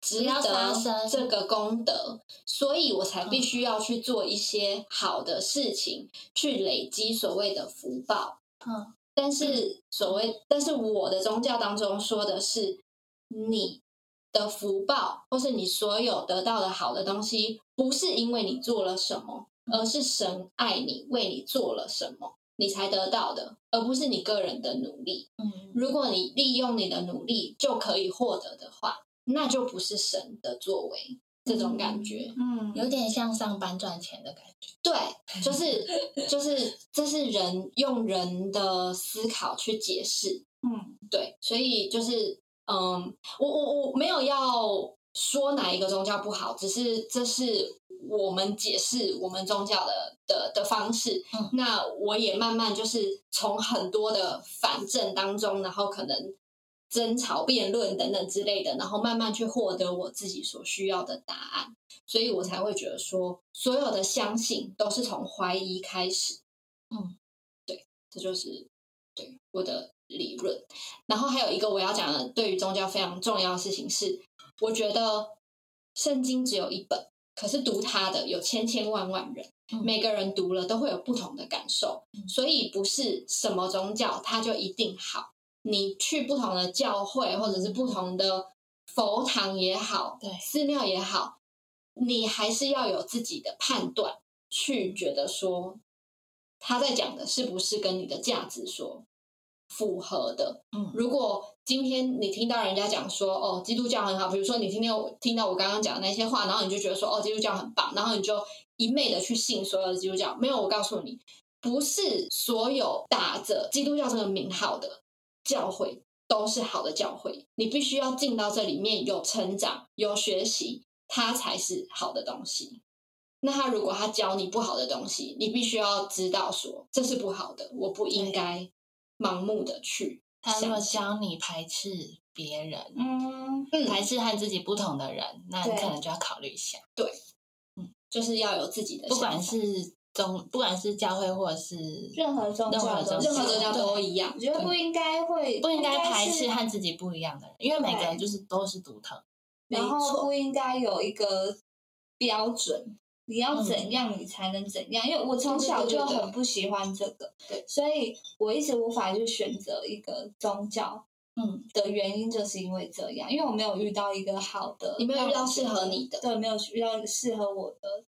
[SPEAKER 2] 值
[SPEAKER 5] 不要杀
[SPEAKER 2] 得
[SPEAKER 5] 生嗯
[SPEAKER 2] 这个功德，所以我才必须要去做一些好的事情，去累积所谓的福报。
[SPEAKER 5] 嗯，
[SPEAKER 2] 但是所谓，但是我的宗教当中说的是你的福报，或是你所有得到的好的东西，不是因为你做了什么，而是神爱你，为你做了什么，你才得到的，而不是你个人的努力。
[SPEAKER 5] 嗯，
[SPEAKER 2] 如果你利用你的努力就可以获得的话，那就不是神的作为，这种感觉。
[SPEAKER 6] 嗯，
[SPEAKER 5] 有点像上班赚钱的感觉。
[SPEAKER 2] 对，就是就是这是人用人的思考去解释。
[SPEAKER 6] 嗯，
[SPEAKER 2] 对，所以就是嗯，我我我没有要说哪一个宗教不好，只是这是我们解释我们宗教的的的方式。
[SPEAKER 5] 嗯
[SPEAKER 2] 那我也慢慢就是从很多的反证当中，然后可能争吵、辩论等等之类的，然后慢慢去获得我自己所需要的答案，所以我才会觉得说，所有的相信都是从怀疑开始。
[SPEAKER 5] 嗯，
[SPEAKER 2] 对，这就是对我的理论。然后还有一个我要讲的，对于宗教非常重要的事情是，我觉得圣经只有一本，可是读它的有千千万万人，
[SPEAKER 5] 嗯
[SPEAKER 2] 每个人读了都会有不同的感受，
[SPEAKER 5] 嗯
[SPEAKER 2] 所以不是什么宗教它就一定好。你去不同的教会或者是不同的佛堂也好，
[SPEAKER 5] 对
[SPEAKER 2] 寺庙也好，你还是要有自己的判断，去觉得说他在讲的是不是跟你的价值所符合的，
[SPEAKER 5] 嗯，
[SPEAKER 2] 如果今天你听到人家讲说哦，基督教很好，比如说你听到听到我刚刚讲的那些话，然后你就觉得说哦，基督教很棒，然后你就一昧的去信所有的基督教，没有，我告诉你，不是所有打着基督教这个名号的教会都是好的教会，你必须要进到这里面有成长、有学习，它才是好的东西。那他如果他教你不好的东西，你必须要知道说这是不好的，我不应该盲目的去
[SPEAKER 5] 他如果
[SPEAKER 2] 相信
[SPEAKER 5] 教你排斥别人，
[SPEAKER 6] 嗯，
[SPEAKER 2] 嗯
[SPEAKER 5] 排斥和自己不同的人，那你
[SPEAKER 6] 对
[SPEAKER 5] 可能就要考虑一下，
[SPEAKER 2] 就是要有自己的想法，
[SPEAKER 5] 不管是宗，不管是教会或者是
[SPEAKER 3] 任何宗
[SPEAKER 5] 任
[SPEAKER 3] 教
[SPEAKER 5] 何宗
[SPEAKER 3] 都是
[SPEAKER 2] 任何宗教都一样
[SPEAKER 3] 我。觉得不应该会，
[SPEAKER 5] 不应该排
[SPEAKER 3] 是
[SPEAKER 5] 斥和自己不一样的人，因为每个人就是都是独特。
[SPEAKER 3] 然
[SPEAKER 2] 没错
[SPEAKER 3] 后不应该有一个标准，你要
[SPEAKER 5] 嗯
[SPEAKER 3] 怎样你才能怎样？因为我从小
[SPEAKER 2] 对对
[SPEAKER 3] 就
[SPEAKER 2] 对对
[SPEAKER 3] 很不喜欢这个，
[SPEAKER 2] 对
[SPEAKER 3] 所以我一直无法去选择一个宗教。
[SPEAKER 5] 嗯，
[SPEAKER 3] 的原因就是因为这样，因为我没有遇到一个好的，
[SPEAKER 2] 你没有遇
[SPEAKER 3] 让
[SPEAKER 2] 到
[SPEAKER 3] 我
[SPEAKER 2] 适合你的
[SPEAKER 3] 对，没有遇到适合我的，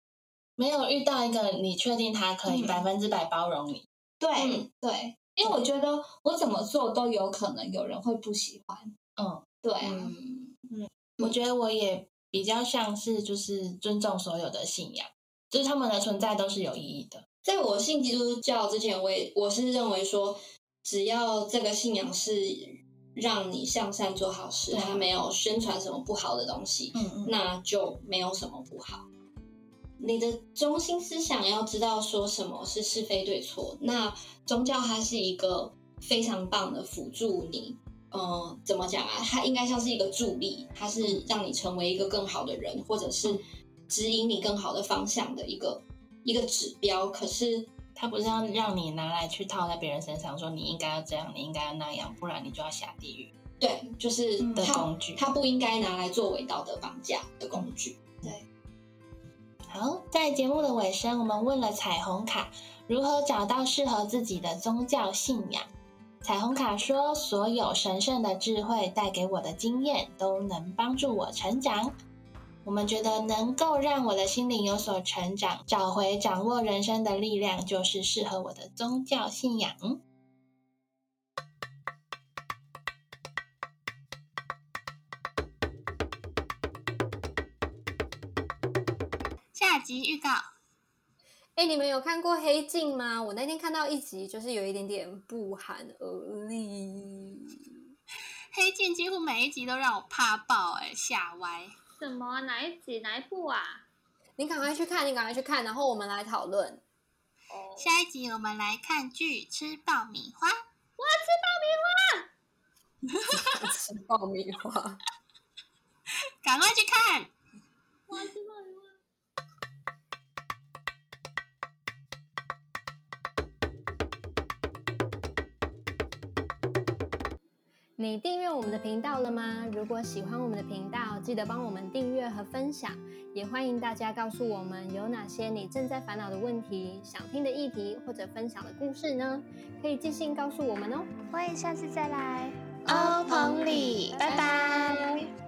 [SPEAKER 5] 没有遇到一个你确定他可以
[SPEAKER 3] 嗯
[SPEAKER 5] 百分之百包容你，
[SPEAKER 3] 对、
[SPEAKER 2] 嗯
[SPEAKER 3] 对，因为我觉得我怎么做都有可能有人会不喜欢，
[SPEAKER 5] 嗯，
[SPEAKER 3] 对啊，
[SPEAKER 2] 嗯，
[SPEAKER 5] 我觉得我也比较像是就是尊重所有的信仰，就是他们的存在都是有意义的。
[SPEAKER 2] 在我信基督教之前，我也我是认为说，
[SPEAKER 3] 只要这个信仰是让你向善做好事，
[SPEAKER 1] 对
[SPEAKER 3] 它没有宣传什么不好的东西，
[SPEAKER 1] 嗯嗯，
[SPEAKER 3] 那就没有什么不好。你的中心思想要知道说什么是是非对错，那宗教它是一个非常棒的辅助你，呃，怎么讲啊？它应该像是一个助力，它是让你成为一个更好的人，或者是指引你更好的方向的一个一个指标。可是
[SPEAKER 1] 他不是要让你拿来去套在别人身上，说你应该要这样，你应该要那样，不然你就要下地狱
[SPEAKER 3] 对，就是
[SPEAKER 1] 嗯的
[SPEAKER 3] 它、
[SPEAKER 1] 工具。
[SPEAKER 3] 它不应该拿来作为道德绑架的工具。
[SPEAKER 1] 好，在节目的尾声，我们问了彩虹卡如何找到适合自己的宗教信仰。彩虹卡说，所有神圣的智慧带给我的经验都能帮助我成长。我们觉得能够让我的心灵有所成长，找回掌握人生的力量，就是适合我的宗教信仰。
[SPEAKER 4] 下集预告。
[SPEAKER 2] 哎、你们有看过《黑镜》吗？我那天看到一集，就是有一点点不寒而栗。
[SPEAKER 4] 黑镜几乎每一集都让我怕爆、哎，吓歪。
[SPEAKER 7] 什么啊哪一集哪一部啊？
[SPEAKER 2] 你赶快去看，你赶快去看，然后我们来讨论。
[SPEAKER 4] 下一集我们来看剧《吃爆米花》。
[SPEAKER 2] 吃爆米花。
[SPEAKER 4] 赶快去看。
[SPEAKER 2] 你订阅我们的频道了吗？如果喜欢我们的频道，记得帮我们订阅和分享，也欢迎大家告诉我们有哪些你正在烦恼的问题、想听的议题或者分享的故事呢？可以寄信告诉我们哦。
[SPEAKER 7] 欢迎下次再来。
[SPEAKER 1] 欧鹏里，拜拜